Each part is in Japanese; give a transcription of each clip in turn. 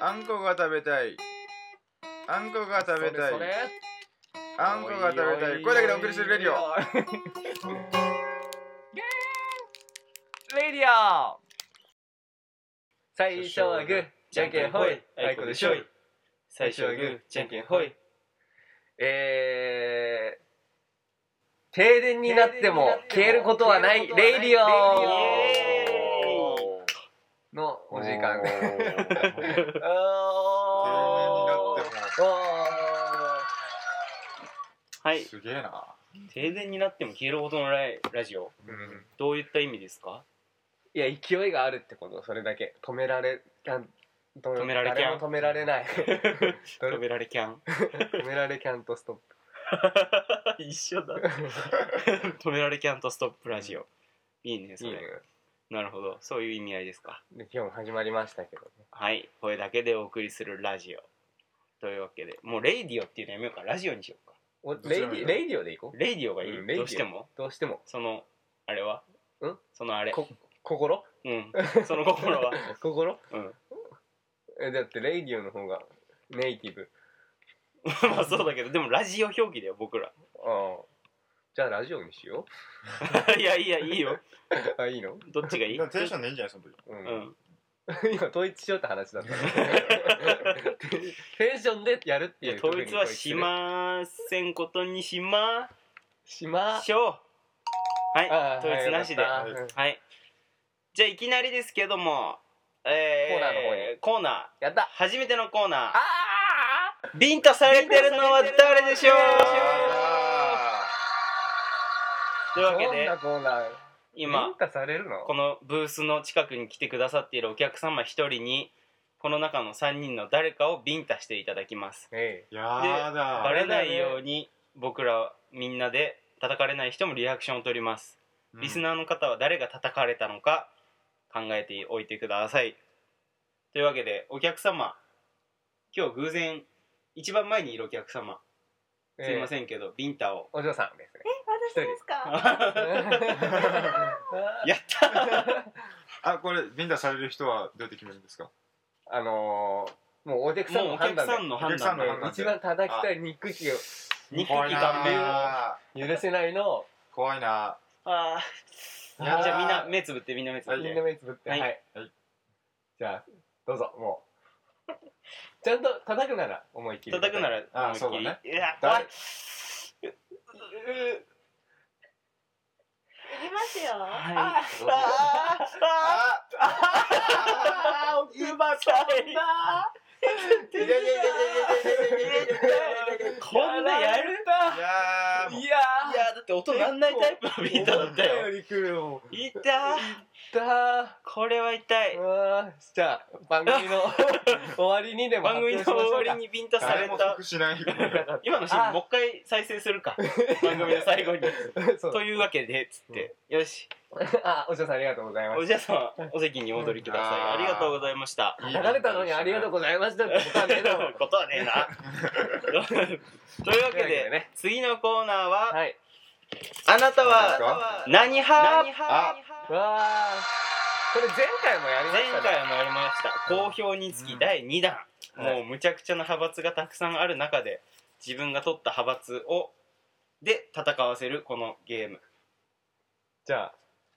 あんこが食べたい。あんこが食べたいそれ。それあんこが食べたい。これだけでお送りするレディオ。レディオ最初はグーじゃんけんほいあいこでしょい最初はグーじゃんけんほいえー、停電になっても消えることはないレイディオのお時間停電になっておはいもすげえな。停電になっても消えるほどのライラジオーうんどういった意味ですかいや勢いがあるってことそれだけ止められキャン止止められキャン誰も止められない どれ食べられ キャン止められキャンとストップ一緒 だ止められキャンとストップラジオいいねそいいれねなるほどそういう意味合いですかで今日も始まりましたけどねはい声だけでお送りするラジオというわけでもうレイディオっていうのやめようかラジオにしようかおどちレイらデもいいィよレイディオでいこうレイディオがいい、うんレイディオどうしてもどうしてもそのあれはんそのあれこ心うんその心は 心うんえだってレイディオの方がネイティブまあそうだけどでもラジオ表記だよ僕ら ああじゃあラジオにしよいやいやいいようあいいのどっちがいいでもテンションでいいんじゃないその時。う、うんん 今統一しようって話だったの テンションでやるっていいやう統一はしませんことにしましましょうはいあー統一なしでははいよかったはいじゃあいきなりですけどもえコーナーの方ーコーナーやった初めてのコーナあービンタされてるのは誰でしょうというあわけどんでなコーナー今ビンタされるのこのブースの近くに来てくださっているお客様1人にこの中の3人の誰かをビンタしていただきますえやだ。バレないように僕らみんなで叩かれない人もリアクションを取りますうんリスナーの方は誰が叩かれたのか考えておいてくださいというわけでお客様今日偶然一番前にいるお客様えすいまんせんけどビンタをお嬢さんですね私ですか。 やった あ、これ、ビンタされる人はどうやって決めるんですかあのー、もうお客さんのもうお判客断でさんの判お客さん断ので判断一番叩きたい憎きを肉怖い気な断あ許せないのをー怖いなあーいやーじゃあみんな目つぶってみんな目つぶっみんなて目つぶっては、はいいはいじゃあどうぞもうちゃんと叩くなら思いっきり叩くならあー思いっきりそうだいや怖誰い言いますよ。はいあああああ奥まったいいやいやいやいやいこんなややいやるーもういやいやだって音なんないタイプのビンタだったより来るよ痛っだこれは痛いうわーじゃあ番組の終わりにでも番組の終わりにビンタさ誰れもた得しない今のシーンもう一回再生する か番組の最後にりそうというわけでつってよしあお嬢さんありがとうございまおしじゃ様お席にお戻りくださいありがとうございましたた流れたのにありがとううございましたってことはねえだろことはねえ なというわけというわけででね次のコーナーははいあなたあなたはは何派あわあこれ前回もやりま前したね回もやりました好評につき第2弾、うんもうむちゃくちゃな派閥がたくさんある中で自分が取った派閥をで戦わせるこのゲームじゃあ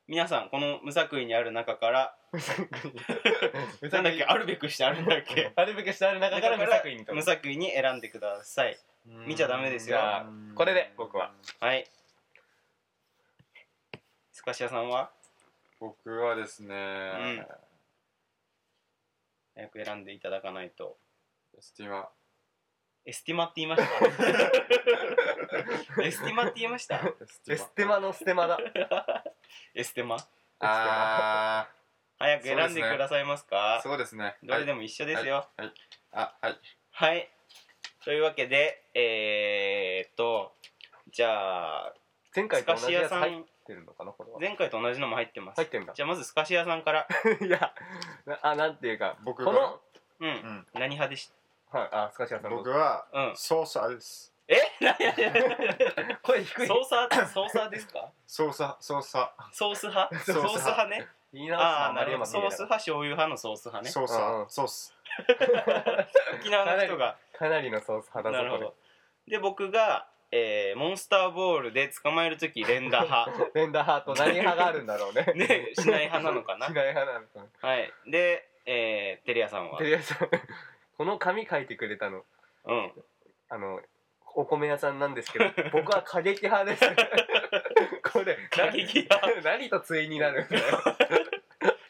皆さんこの無作為にある中からなんだっけあるべくしてあるんだっけあるべきしてある中から無作為にと無作為に選んでください見ちゃダメですよじゃあこれで僕ははいスカシアさんは僕はですね、ん早く選んでいただかないとスティマエスティマって言い ましたエスティマって言いましたスエステマのステマだエステマあ早く選んでくださいますかあそうですねどれでもも一緒ですよあはいはい、というわけでえー、っとじゃあ前回スとカ同じシやアつさ入っんてるのかなこれは前回と同じのも入ってます入 ってんだじゃあまずスカシアさんからいやなあなんていうか僕こがのうん、ん何派でしはいあスカシアさんどう僕ぞはたうんソーサーですえ何やいや声低い ソーサーソーサーですかソーサーソーサソース派ソースソー派ス派ね言い直すのあああなまるりうほまく言えどソーなスい派醤油派のソース派ーねソーサうんうーん ソース沖縄の人がかなりのソース肌なるほ底どで僕が、えーモンスターボールで捕まえる時連打派 でレンダーハート何派があるんだろうねねしない派なの かなしない派なのかなはいで、えー、テリアさんはテレ朝さんこの紙書いてくれたの うんあのお米屋さんなん ですけど僕は過激派です これ過激 派何と対になるん だよ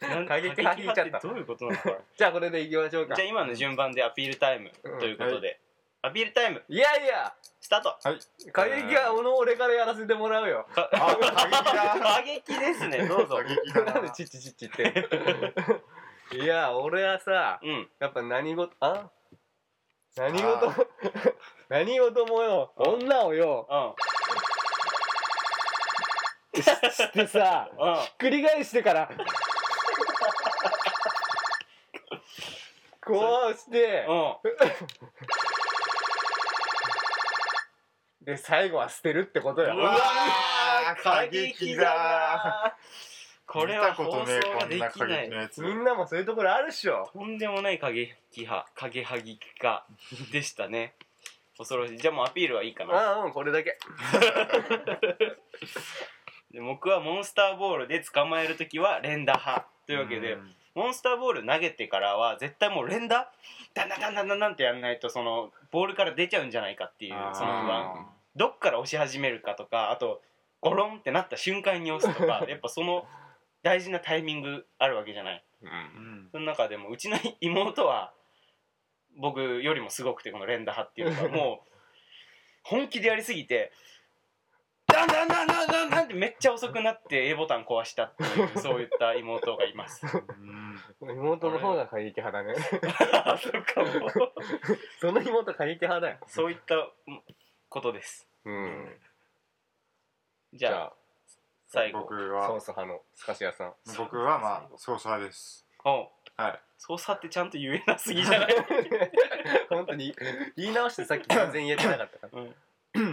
なん過激派引いちゃった過激派てどういうことなの これじゃあこれでいきましょうかじゃあ今の順番でアピールタイムうんということで、アピールタイムいやいやスタート過激派の俺からやらせてもらうよかあ過激です ねどうぞ過激だなんでなチッチチッチっていや俺はさうんやっぱ何事あ何事も 何事もようん女をようんして さうん繰り返してからこうしてうんで最後は捨てるってことようわー過過激激だだな これ見はた放こ送とねえはこんでなき過ない激なやつみんなもそういうところあるっしょとんでもない過激派過激派化でしたね恐ろしいじゃあもうアピールはいいかなうんうんこれだけで僕はモンスターボールで捕まえる時は連打派というわけでんモンスターボール投げてからは絶対もう連打ダンダンダンダンダンダンってやんないとそのボールから出ちゃうんじゃないかっていうその不安あどっから押し始めるかとかあとゴロンってなった瞬間に押す とかやっぱその大事なタイミングあるわけじゃないーうんその中でもうちの妹は僕よりもすごくてこの連打派っていうのがもう本気でやりすぎてダンダンダンダンダンダンってめっちゃ遅くなって A ボタン壊したっていうそういった妹がいますうん妹の方が過激派だねあそっかもうその妹過激派だよそういったことですうんじじゃあゃあ最後僕ソはース派のスカシアさん僕はまあソーサーですおうはい操作ってちゃんと言えなすぎじゃない 本当に言い直してさっき全然言えてなかったからうん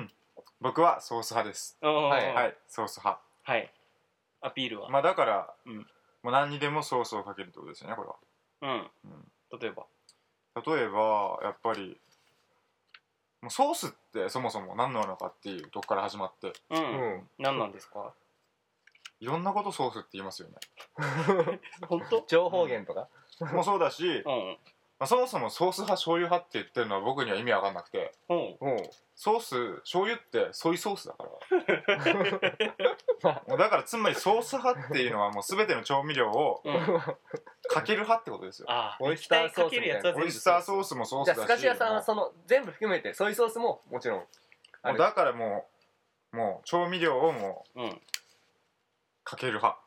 僕はソース派ですははいはいソース派はいアピールは、まあだからうんもう何にでもソースをかけるってことですよねこれはうんうん例えば例えばやっぱりもうソースってそもそも何なのかっていうとこから始まってうん、うん何なんですかいろんなことソースって言いますよ ね本当情報源とかもうそうだし、まうんあ、そもそもソース派醤油派って言ってるのは僕には意味わかんなくてうんうんソース醤油ってソイソースだから もうだからつまりソース派っていうのはもう全ての調味料をうんかける派ってことですよああオイスターソースみたいな液体かけるやつは全オ部イスターソースもソースじゃだあしスカシアさんはその全部含めてソイソースももちろんあもうれだからもうもう調味料をもううんかける派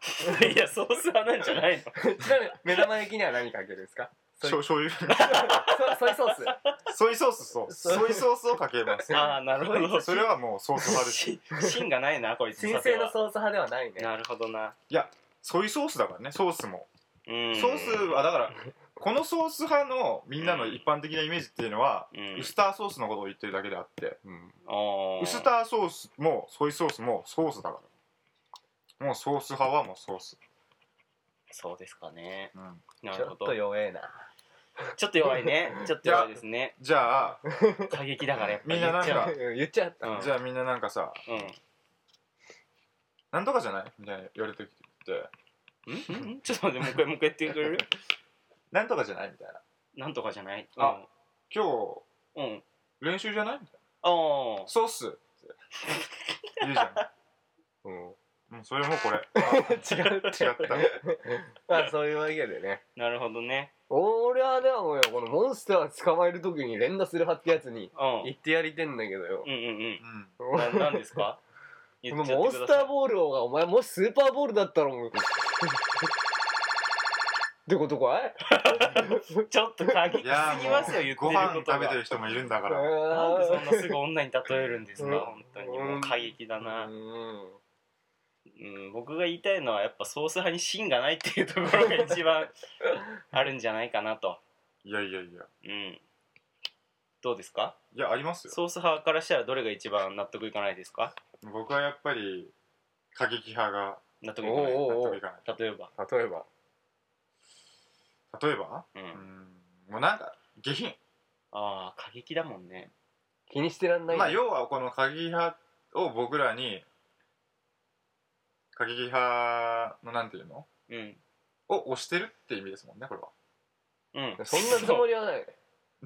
いやソース派なんじゃないのちなみに目玉焼きには何かけるんですかソイしょ醤油ソソイソースソイソースそうソイソースをかけます ああなるほどそれはもうソース派ですし芯がないなこいつ神さて聖のはソース派ではないねなるほどなソイソースだからねソースもうんソースはだからこのソース派のみんなの一般的なイメージっていうのはうんウスターソースのことを言ってるだけであってうんおーウスターソースもソイソースもソースだからもうソース派はもうソースそうですかねうんなちるょほっどと弱えなちょっと弱いねちょっと弱いですねじゃあ過激だからやっぱみんななんか言っちゃう うん言っちゃったうんじゃあみんななんかさうんなんとかじゃないみたいな言われてきてんんちょっと待ってもう一回もう一回言ってくれるなんとかじゃないみたいななんとかじゃないあ今日うんうん練習じゃないみたいあーなソースって言うじゃうんんもうそれもこれ違うって違ったまあそういうわけでね なるほどね俺はでもよこのモンスター捕まえる時に連打する派ってやつにうん言ってやりてんだけどようんうんうんうんななんですかこ言のっちゃモっンてスくだタさいーボールがお前もしスーパーボールだったらもう ってことかいちょっと過激すいやぎますよ言ってーもるうこごとが飯食べてる人もいるんだからなんでそうんなすぐ女に例えるんですかうん本当にもう過激だな、んうん、僕が言いたいのはやっぱソース派に芯がないっていうところが 一番あるんじゃないかなと、いやいやいやうん、どうですかいやありますよソース派からしたらどれが一番納得いかないですか僕はやっぱり過激派が納得いかなおうおうお納う得いかないい例えば例えば例えばううんんもうなんか下品ああ過激だもんね気にしてらんない、まあ要はこの過激派を僕らに過激派のなんていうのうんを押してるって意味ですもんねこれは うんそんなつもりはない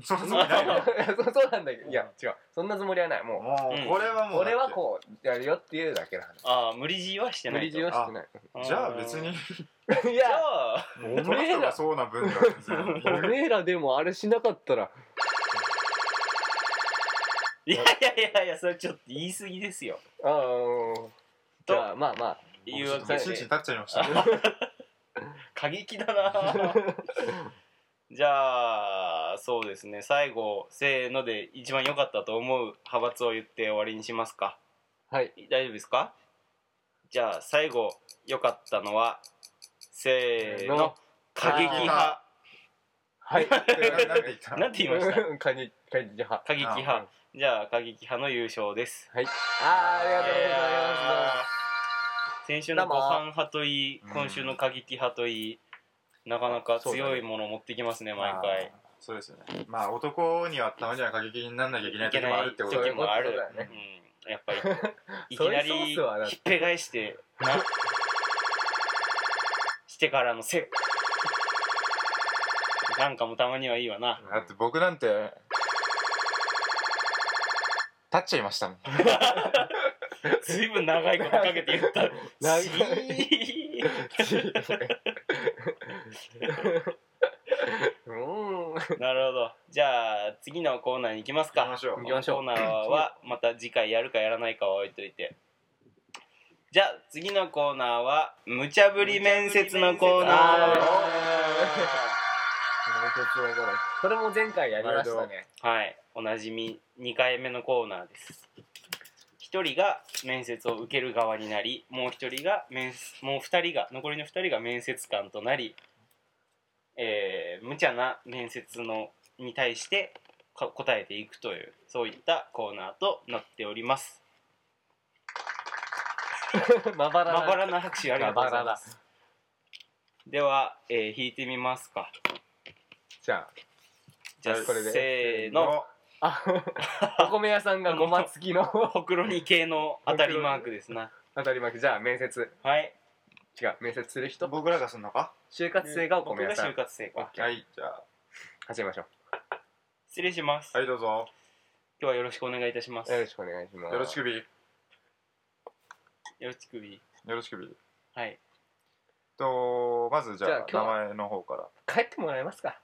そのつそもりないい よやそうそうなんだけどいや違うそんなつもりはないももうこれはうもうだって俺はこうやるよっていうだけの話ああ無理強いはしてな無い理と強いはしてないじゃあ別にうんいじゃやあもうこの人がそうな分には別に おめえらでもあれしなかったらいやいやいやいやそれちょっと言い過ぎですよああじゃあまあまあというわけちんちんで立っちゃいました過激だ なじゃあそうですね最後せーので一番良かったと思う派閥を言って終わりにしますかはい大丈夫ですかじゃあ最後良かったのはせーの過激派はいえなんて言ったなんて言 いましたたカニカニじゃあ過激派じゃあ過激派の優勝ですはいあーありがとうございます先週のご飯派といいどうも今週の過激派といいなかなか強いものを持ってきますね毎回あーそうですよねまあ男にはたまには過激になんなきゃいけない時もあるってこといでけ時ないもあるそういうことだようんやっぱり いきなりソイソースはだってひっぺ返してなしてからのせなんかもたまにはいいわな だって僕なんて立っちゃいましたもんずいぶん長いことかけて言った長いしーうーん なるほどじゃあ次のコーナーに行きます行きかましょう行きましょうコーナーはまた次回やるかやらないかは置いといてじゃあ次のコーナーは無茶ぶり面接のコーナーそれも前回やりましたねはい、おなじみ2回目のコーナーです。1人が面接を受ける側になり、もう1人が面接もう2人が残りの2人が面接官となり、えー無茶な面接のに対してか答えていくというそういったコーナーとなっております。 まばらまばならな拍手ありがとうございます。すでは、えー引いてみますか。じゃじゃあ、はいこれでせーの、ああ お米屋さんがごま付きのほくろに系の当たりマークですな。 当たり幕じゃあ面接はい。違う面接する人僕らがすんのか就活生がお僕米が屋さん就活生か。はいじゃあ始めましょ失礼します。はいどうぞ今日はよろしくお願いいたします。うよよろしくお願いしますよろしくびよろしくび。ろしくびはい。とまずじゃあじゃあ今名日は前の方から帰ってもらえますか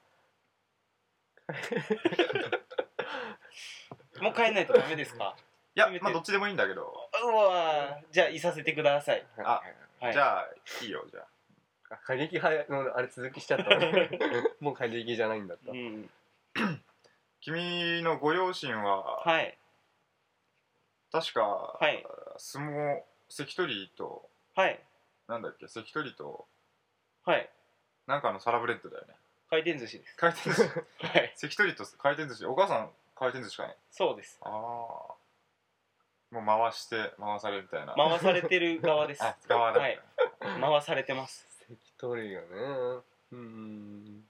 もう帰んないとダメですか。いやせめてまあどっちでもいいんだけどうわーじゃあいさせてください。あはい。じゃあいいよじゃああ過激派のあれ続きしちゃ ったねもう過激じゃないんだったうん。君のご両親ははい。確かはい相撲関取とはい。なんだっけ関取とはい。なんかのサラブレッドだよね回転寿司です。回転寿 司はい。関取と回転寿司お母さん回転寿司かねそうです。ああもう回して回されるみたいな回されてる側です。あ側だ、はい。回されてます。関取がねうーん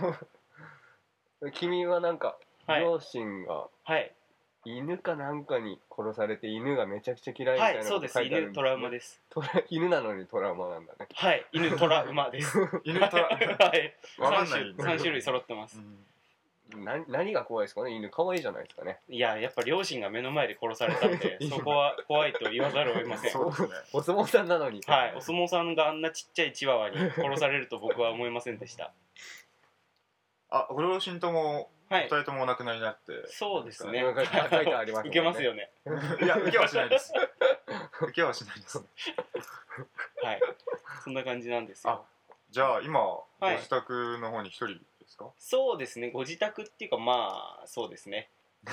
君はなんか、はい。両親がはい。犬かなんかに殺されて犬がめちゃくちゃ嫌いみは。たいないそうです。書いてある犬トラウマです。トラ 犬なのにトラウマなんだねはい。犬トラウマです。は犬 とい。わかんな三種い三種類揃ってまうす。んな何が怖いですかね犬可愛いじゃないですかねいや、やっぱ両親が目の前で殺されたんで、そこは怖いと言わざるを得ません。そうですねお相撲さんなのに、はい、お相撲さんがあんなちっちゃいチワワに殺されると僕は思いませんでした。あご両親ともは二い、人ともお亡くなりになってそうです ね。なんか書いてありますもんねいけますよね。いや受けはしないです受けはしないですはい、そんな感じなんですあよ。じゃあ今ごい自宅の方に一人です か、そうですね。ご自宅っていうかまあそうですね。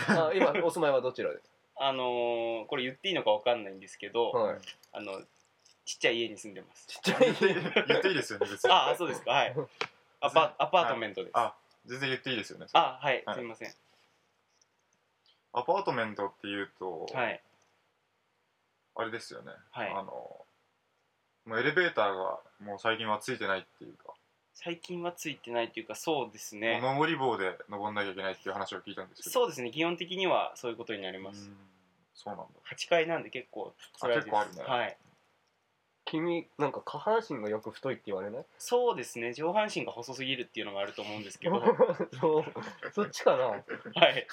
あ今お住まいはどちら ですあのーこれ言っていいのかわかんないんですけど、か、はい、あのちっちゃい家に住んでます。ちっちゃ言 いっていい言っていいですよね別にああ、そうです か。はい。アパアパートメントです。あ全然言っていいですよねあはい、はいすみません。アパートメントっていうと、はいあれですよね、はいあのもうエレベーターがもう最近はついてないっていうか最近はついてないというかそうですねもう登り棒で登んなきゃいけないっていう話を聞いたんですけどそうですね基本的にはそういうことになりうます、んそうなんだ8階なんで結構辛いです結構あるねはい、君なんか下半身がよく太いって言われないそうですね上半身が細すぎるっていうのがあると思うんですけどは そうそっちか ない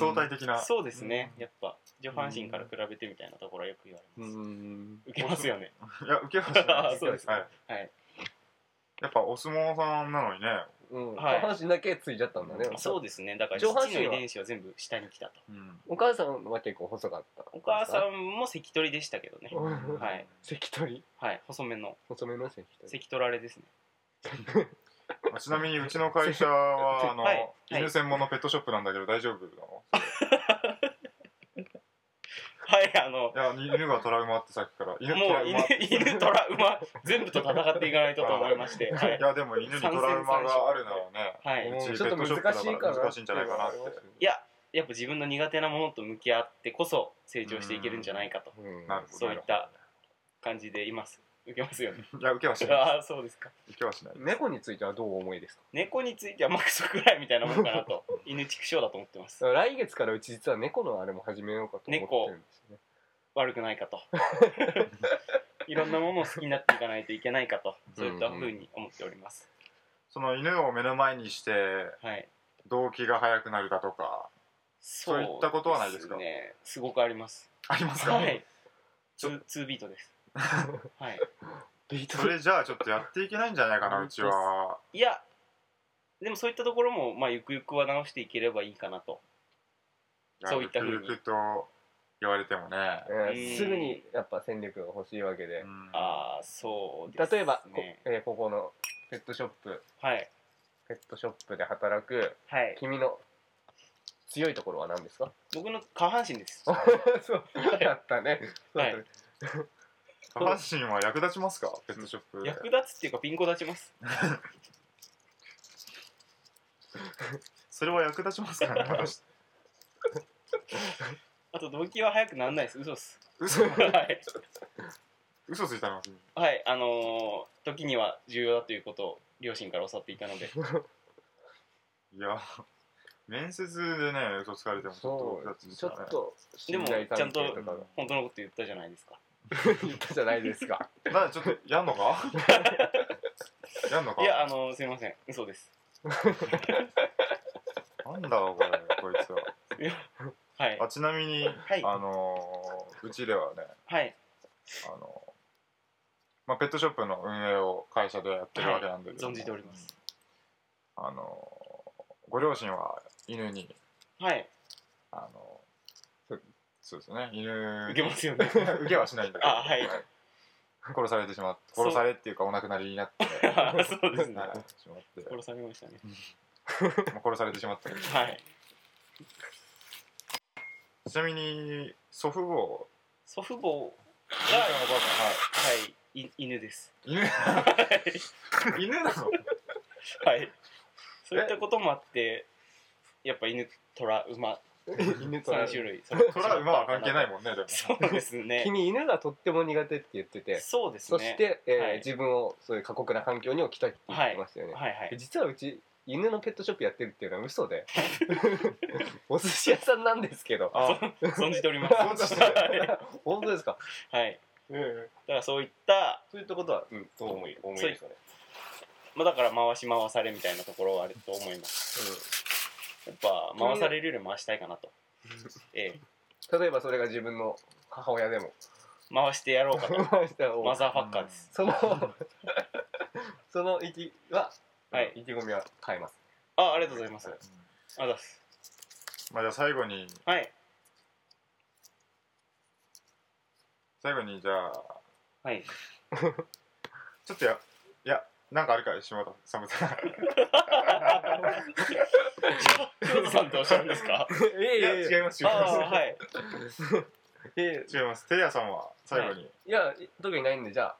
相対的なそうですねやっぱ上ん半身から比べてみたいなところはよく言われうます、ん受けますよねいや受けはし ないそうですはねい、はいやっぱお相撲さんなのにねうんはい下半身だけついちゃったんだね そうですねだから上半身父はの遺伝子は全部下に来たとうんお母さんは結構細かったお母さんも関取でしたけどねうん はい関取はい細めの細めの関取関取られですねまあちなみにうちの会社 はあの、はいはい犬専門のペットショップなんだけど大丈夫なはいあののいや犬がトラウマってさっきから犬もう犬犬トラウマ全部と戦っていかないとと思いましてはいいやでも犬にトラウマがあるならねはい、うちちょっと難しいペットショップかだなから難しいんじゃないかなって いややっぱ自分の苦手なものと向き合ってこそ成長していけるんじゃないかとうんなるほどそういった感じでいます受けますよねいや受けはしない ああそうですか受けはしない猫についてはどうお思いです猫についてはマックスくらいみたいなもんかなと犬畜生だと思ってますか来月からうち実は猫のあれも始めようかと思ってるんですよね悪くないかと いろんなものを好きになっていかないといけないかとそういったふうに思っております、その犬を目の前にしてはい動機が速くなるだとかそういったことはないですかねすごくありますありますか、はい2ビートですはいビートそれじゃあちょっとやっていけないんじゃないかなうちはいやでもそういったところも、まあ、ゆくゆくは直していければいいかなとやそういったふうにゆくゆくと言われてもね、えうーんすぐにやっぱ戦力が欲しいわけでうんああそうですね例えばこ,、えーここのペットショップはいペットショップで働くはい君の強いところは何ですか僕の下半身です そうだったね、そうだったね下半身は役立ちますかペットショップ役立つっていうかピンコ立ちますそれは役立ちますかね 私あと動機は早くならないです嘘っす嘘はい、嘘ついたのはい、あのー時には重要だということを両親から教わっていたの でいや面接でね嘘つかれてもちょそっとう役立つちょんじゃないっと信頼でも関係ちゃんとかが本当のこと言ったじゃないですか言ったじゃないです かまだちょっとやんのかやんのかいやあのーすいません嘘ですなんだろうこれこいつははいあちなみに、はいあのーうちではねはいあのーまあ、ペットショップの運営を会社でやってるわけなんで、はい存じておりますあのーご両親は犬にはいあのーそうですね犬受けますよね受けはしないんだけどあはい殺されてしまってそう殺されっていうかお亡くなりになって そうですねはいしまって殺されましたねもう殺されてしまったはいちなみに祖父母を祖父母おじいちゃんおばあはいい犬ですさんはい犬犬なのはいそういったこともあってやっぱ犬虎馬犬と3 種類トラウマは関係ないもんねでもそうですね君犬がとっても苦手って言ってて、そうですねそして、えーはい自分をそういう過酷な環境に置きたいって言ってましたよね、はいはいで実はうち犬のペットショップやってるっていうのは嘘 でお寿司屋さんなんですけどあ 存じておりま す存じてはい本当ですか、はいうん、だからそういったそういったことは、うん、どう思い思いですかねまあだから回し回されみたいなところはあると思いますやっぱ回されるより回したいかなとええ例えばそれが自分の母親でも回してやろうかとママザーファッカー ですその その意気は、はい意気込みは変え ますあありがとうございますありがとうございますまあじゃあ最後にはい最後にじゃあはいちょっとやいやなんかあるかい島田さん黒田さんっておっしゃるんですかいや違います違いあますあはいええ違いますテイヤさんは最後に、いや特にないんでじゃあ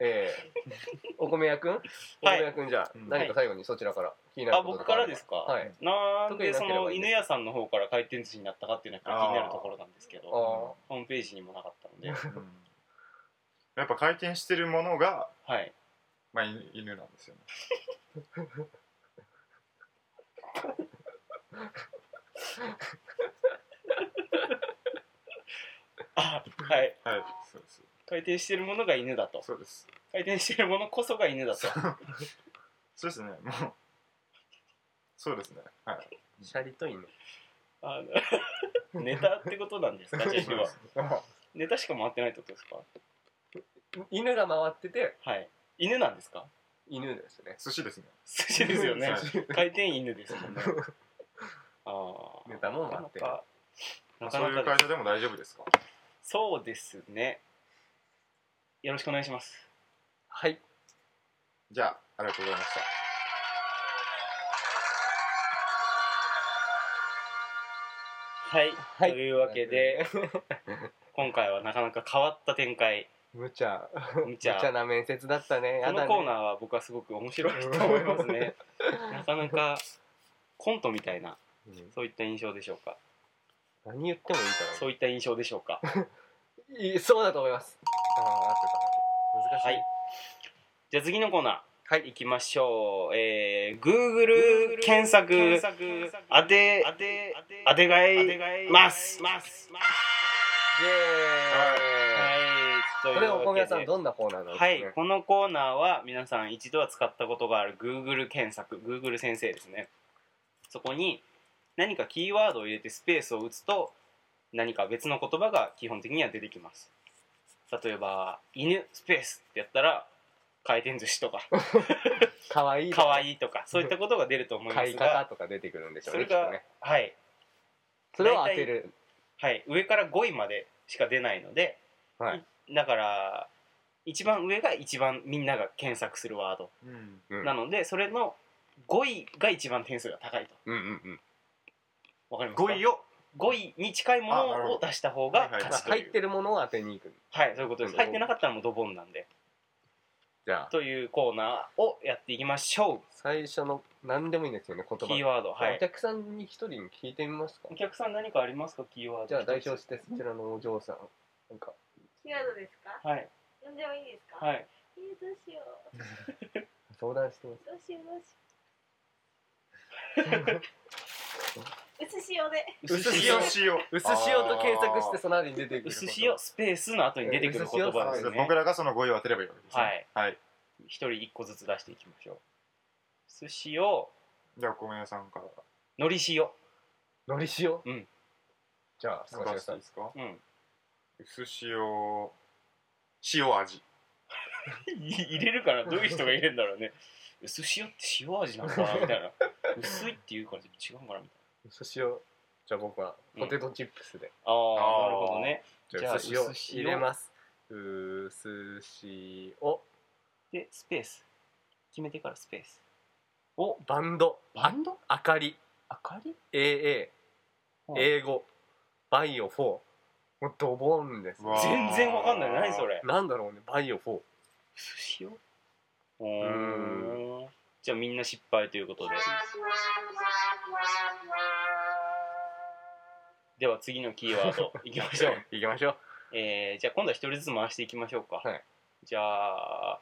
えー、お米屋くん、お米屋くんじゃあうん何か最後にそちらから気になあることと僕かかあらればですか、はいなん特にでなそければのいいんです犬屋さんの方から回転寿司になったかっていうのが気になるところなんですけあどーホームページにもなかったのでうんやっぱ回転してるものがはいまあ犬犬なんですよねあはいはいそうです回転してるものが犬だとそうです回転してるものこそが犬だとそうですねもうそうですねはいシャリと犬あの ネタってことなんですかジェシそーうではすあネタしか回ってないってことですか 犬が回っててはい犬なんですか犬ですね 寿司ですね寿司ですよねはい 回転犬ですもんねああネタも回ってるまなあかそうないうか会社でも大丈夫ですかそうですねよろしくお願いしますはいじゃあありがとうございましたはい、というわけで今回はなかなか変わった展開 無茶無無茶茶な面接だったねこやだのねコーナーは僕はすごく面白いと思いますねなかなかコントみたいなうんそういった印象でしょうか何言ってもいいかそういった印象でしょう からいいそうだと思いますあー合ってたな難しいはいじゃあ次のコーナーはい行きましょうえー、Google 検索当て当て当てがいますますイエはいとーイこれお米屋さんうわどんなコーナーなんですかけでねはいこのコーナーは皆さん一度は使ったことがある Google 検索 Google 先生ですねそこに何かキーワードを入れてスペースを打つと何か別の言葉が基本的には出てきます例えば「犬スペース」ってやったら回転寿司とかかわいい可い愛いとかそういったことが出ると思いま買すい方がとか出てくるんでしょそうれねきっがとねはい、それを当てるはい、上から5位までしか出ないので、はいだから一番上が一番みんなが検索するワード、うんうんなのでそれの5位が一番点数が高いとうんうんうんわかりますか5位を5位に近いもあなるのほをど出した方がはいはい勝まあちとい入っうてるものを当てに行くはいそういうことですなるほど入ってなかったらもうドボンなんでじゃあというコーナーをやっていきましょ最初の何でもいいんですよねう言キー葉ワードはおい客さんに一人に聞いてみますかお客さん何かありますかキーワードじゃあ代表してそちらのお嬢さんなんかキーワードですかはい呼んでもいいですか、、はいいえー、どうしよう相談してますどうしようどうしよううす塩で薄塩塩 薄塩と検索してその後に出てくる薄塩スペースの後に出てくる言葉でそすでうね僕らがその5位を当てればいいわけですねはいはい一人一個ずつ出していきましょう寿司をじゃあお米屋さんからのり塩のり塩うんじゃあなんか少ししてさいいですかうん 薄塩塩味入れるからどういう人が入れるんだろうね 薄塩って塩味なのかなみたいな薄いっていうから違うんかなみたい薄塩じゃあ僕はうんポテトチップスでなあああーなるほどねじゃあじゃあ塩薄塩入れます薄塩でスペース決めてからスペースおバンドバンドあかり明かり AA うん英語バイオ4もうドボンですうわ全然わかんない何それなんだろうねバイオ4薄塩うーんじゃあみんな失敗ということででは次のキーワードいきまし ょう行きましょうえー、じゃあ今度は一人ずつ回していきましょうか、はいじゃあ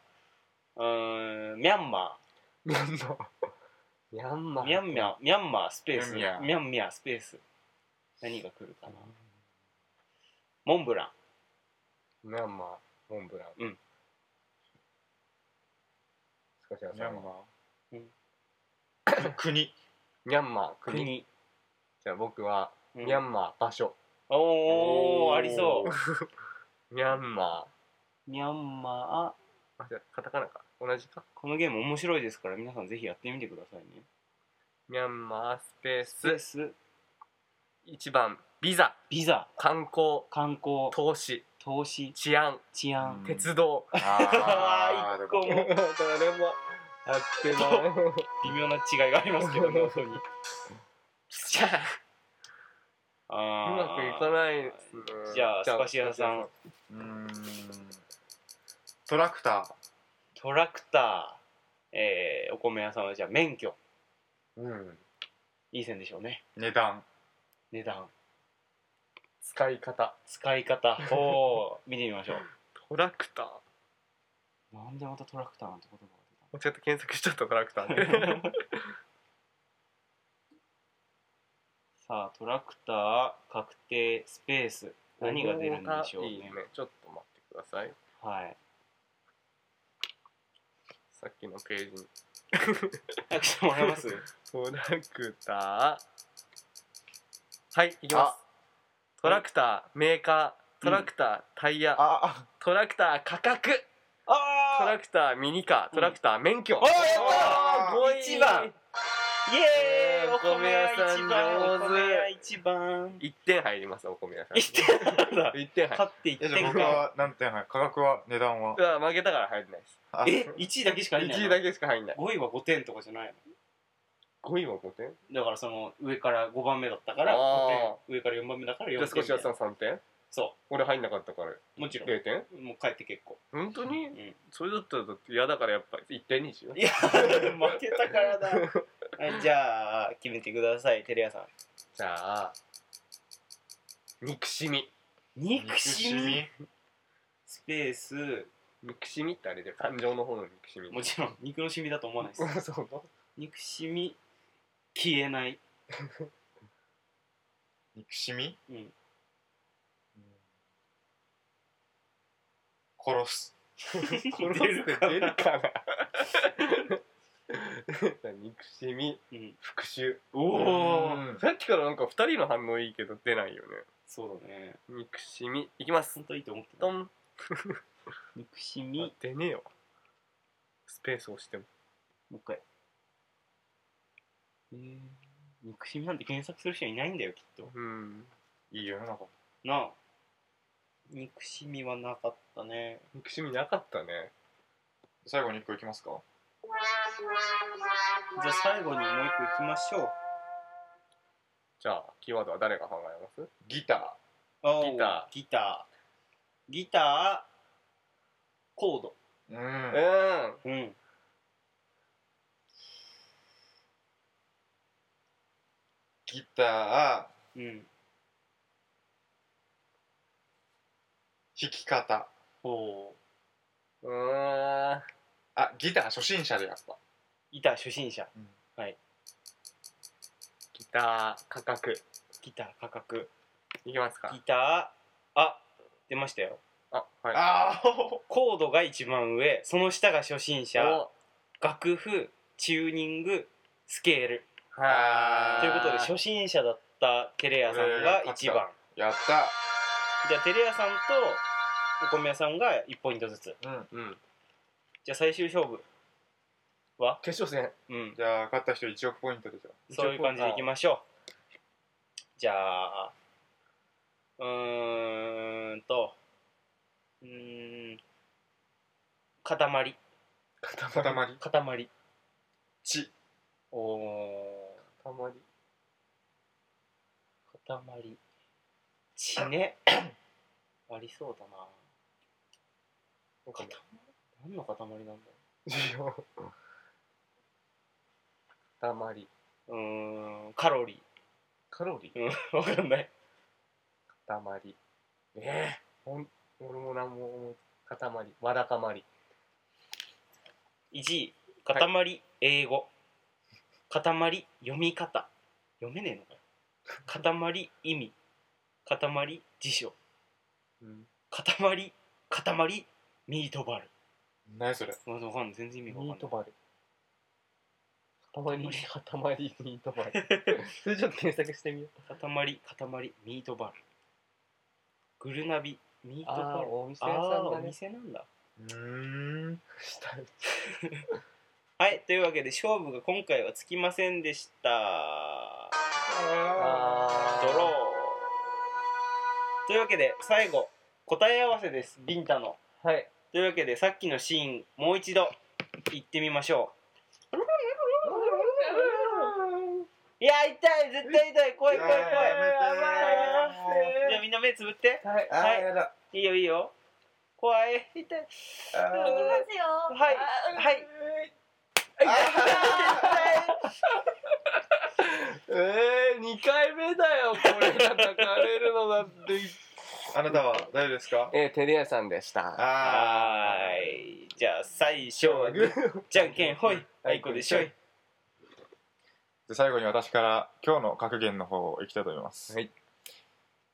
うーんミャンマミャンマーミャンマーーミャンミャミャンマースペースミミャンミャャンミャースペース何が来るかなモンブランミャンマーモンブランうん少しはミャンさマうーん国ミャンマー国国、じゃあ僕はうんミャンマー場所おーありそうミャンマーミャンマーあじゃあカタカナか同じかこのゲーム面白いですから皆さんぜひやってみてくださいねミャンマースペースペースス1番ビザビザ観光観光投資投資治安治安、うん鉄道、ああー一個誰もも合って ない微妙な違いがありますけど ね音にじゃあうまあくーいかないですねじゃあスパシアさんうーんトラクタトラクター、えー、お米屋さんはじゃあ免許うんいい線でしょうねー値段値段使い方 使い方を見てみましょうトラクターなんでまたトラクターなんて言葉が出た間違のって検索しちゃったトラクターで さあトラクター確定スペース 何が出るんでしょうねいいねちょっと待ってくださいはいさっきのページに早くしてもらえますトラクターはいいきますトラクターメーカートラクター、タイヤあトラクター価格あトラクターミニカートラクター免許、おーやあっーたー一番イエーイお米屋一番おお米屋さん上手米屋一番一点入りますお米屋さん一点なんだ一点入勝るって一いやじゃあ僕点かはなんていうの価格は値段はうわ負けたから入れないですあえ一位だけしか入んない1の位だけしか入んない5位は5点とかじゃない5位は5点のだからその上から5番目だったからあー5点上から4番目だからじ4ゃあ点少しはさん3点そ俺入んなかったからうもちろん0点もう帰って結構本当に、んそれだったらだって嫌だからやっぱり1点にしよういや 負けたからだはいじゃあ決めてくださいテレアさんじゃあ憎しみ憎しみスペース憎しみってあれで感情の方の憎しみもちろん肉のシミだと思わないですろん そう憎しみ消えない憎しみ、 うん殺す殺すって出るかな 憎しみうん復讐おうおんさっきからなんか2人の反応いいけど出ないよねそうだね憎しみいきます本当いいと思ってたトン憎しみあ出ねえよスペース押してももう一回えー憎しみなんて検索する人いないんだよきっとうんいい世の中なあ憎しみはなかったね憎しみなかったね最後に一個いきますかじゃあ最後にもう一個いきましょうじゃあキーワードは誰が考えますギタおギターギターギターコードーうんうんうんギターうん弾き方おーうーんあギター初心者でやっぱギター初心者ギター価格ギター価格いきますかギターあ出ましたよあはいああコードが一番上その下が初心者お楽譜チューニングスケールはあーということで初心者だったテレアさんが1番やったじゃあテレアさんとお米屋さんが1ポイントずつうんうんじゃあ最終勝負は決勝戦うんじゃあ勝った人1億ポイントでじゃそういう感じでいきましょうじゃあうーんとうーんあ塊塊塊血おおたまり塊血ね ありそうだな何の塊なんだろ たまりううーんカロリカロリーー うんわかんないたまりええほん俺もなんも思い塊わだかまり1位塊、英語塊読み方読めねえのかよ塊意味塊辞書うん塊塊ミートバル何それまだわかんない全然意味ミがわーかトんないバル塊塊ミートバ ルそれちょっと検索してみよう塊塊ミートバルグルナビミートあバあルお店あ屋さあんだーおね店なんだうーん下はいというわけで勝負が今回はつきませんでしたあドローというわけで最後答え合わせですビンタのーはいというわけでさっきのシーンもう一度行ってみましょういや痛い絶対痛い怖い怖い怖いいややめてじゃあみんな目つぶってはいあはいーやだいいよいいよ怖い痛いあ行きーますよ。はいはいええー、2回目だよこれが泣かれるのだ ってあなたは誰ですかえー、テレ屋さんでしたあーはいじゃあ最初はグーじゃんけんほいあいこでしょいで最後に私から今日の格言の方をいきたいと思います、はい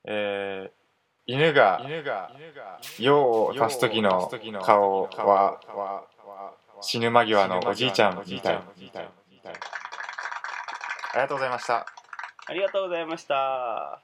えー犬が犬が用をを足足すす時時のの顔顔はは死ぬ間今際ののおおじじいいちちゃゃんんみみたたいいありがとうございましたありがとうございました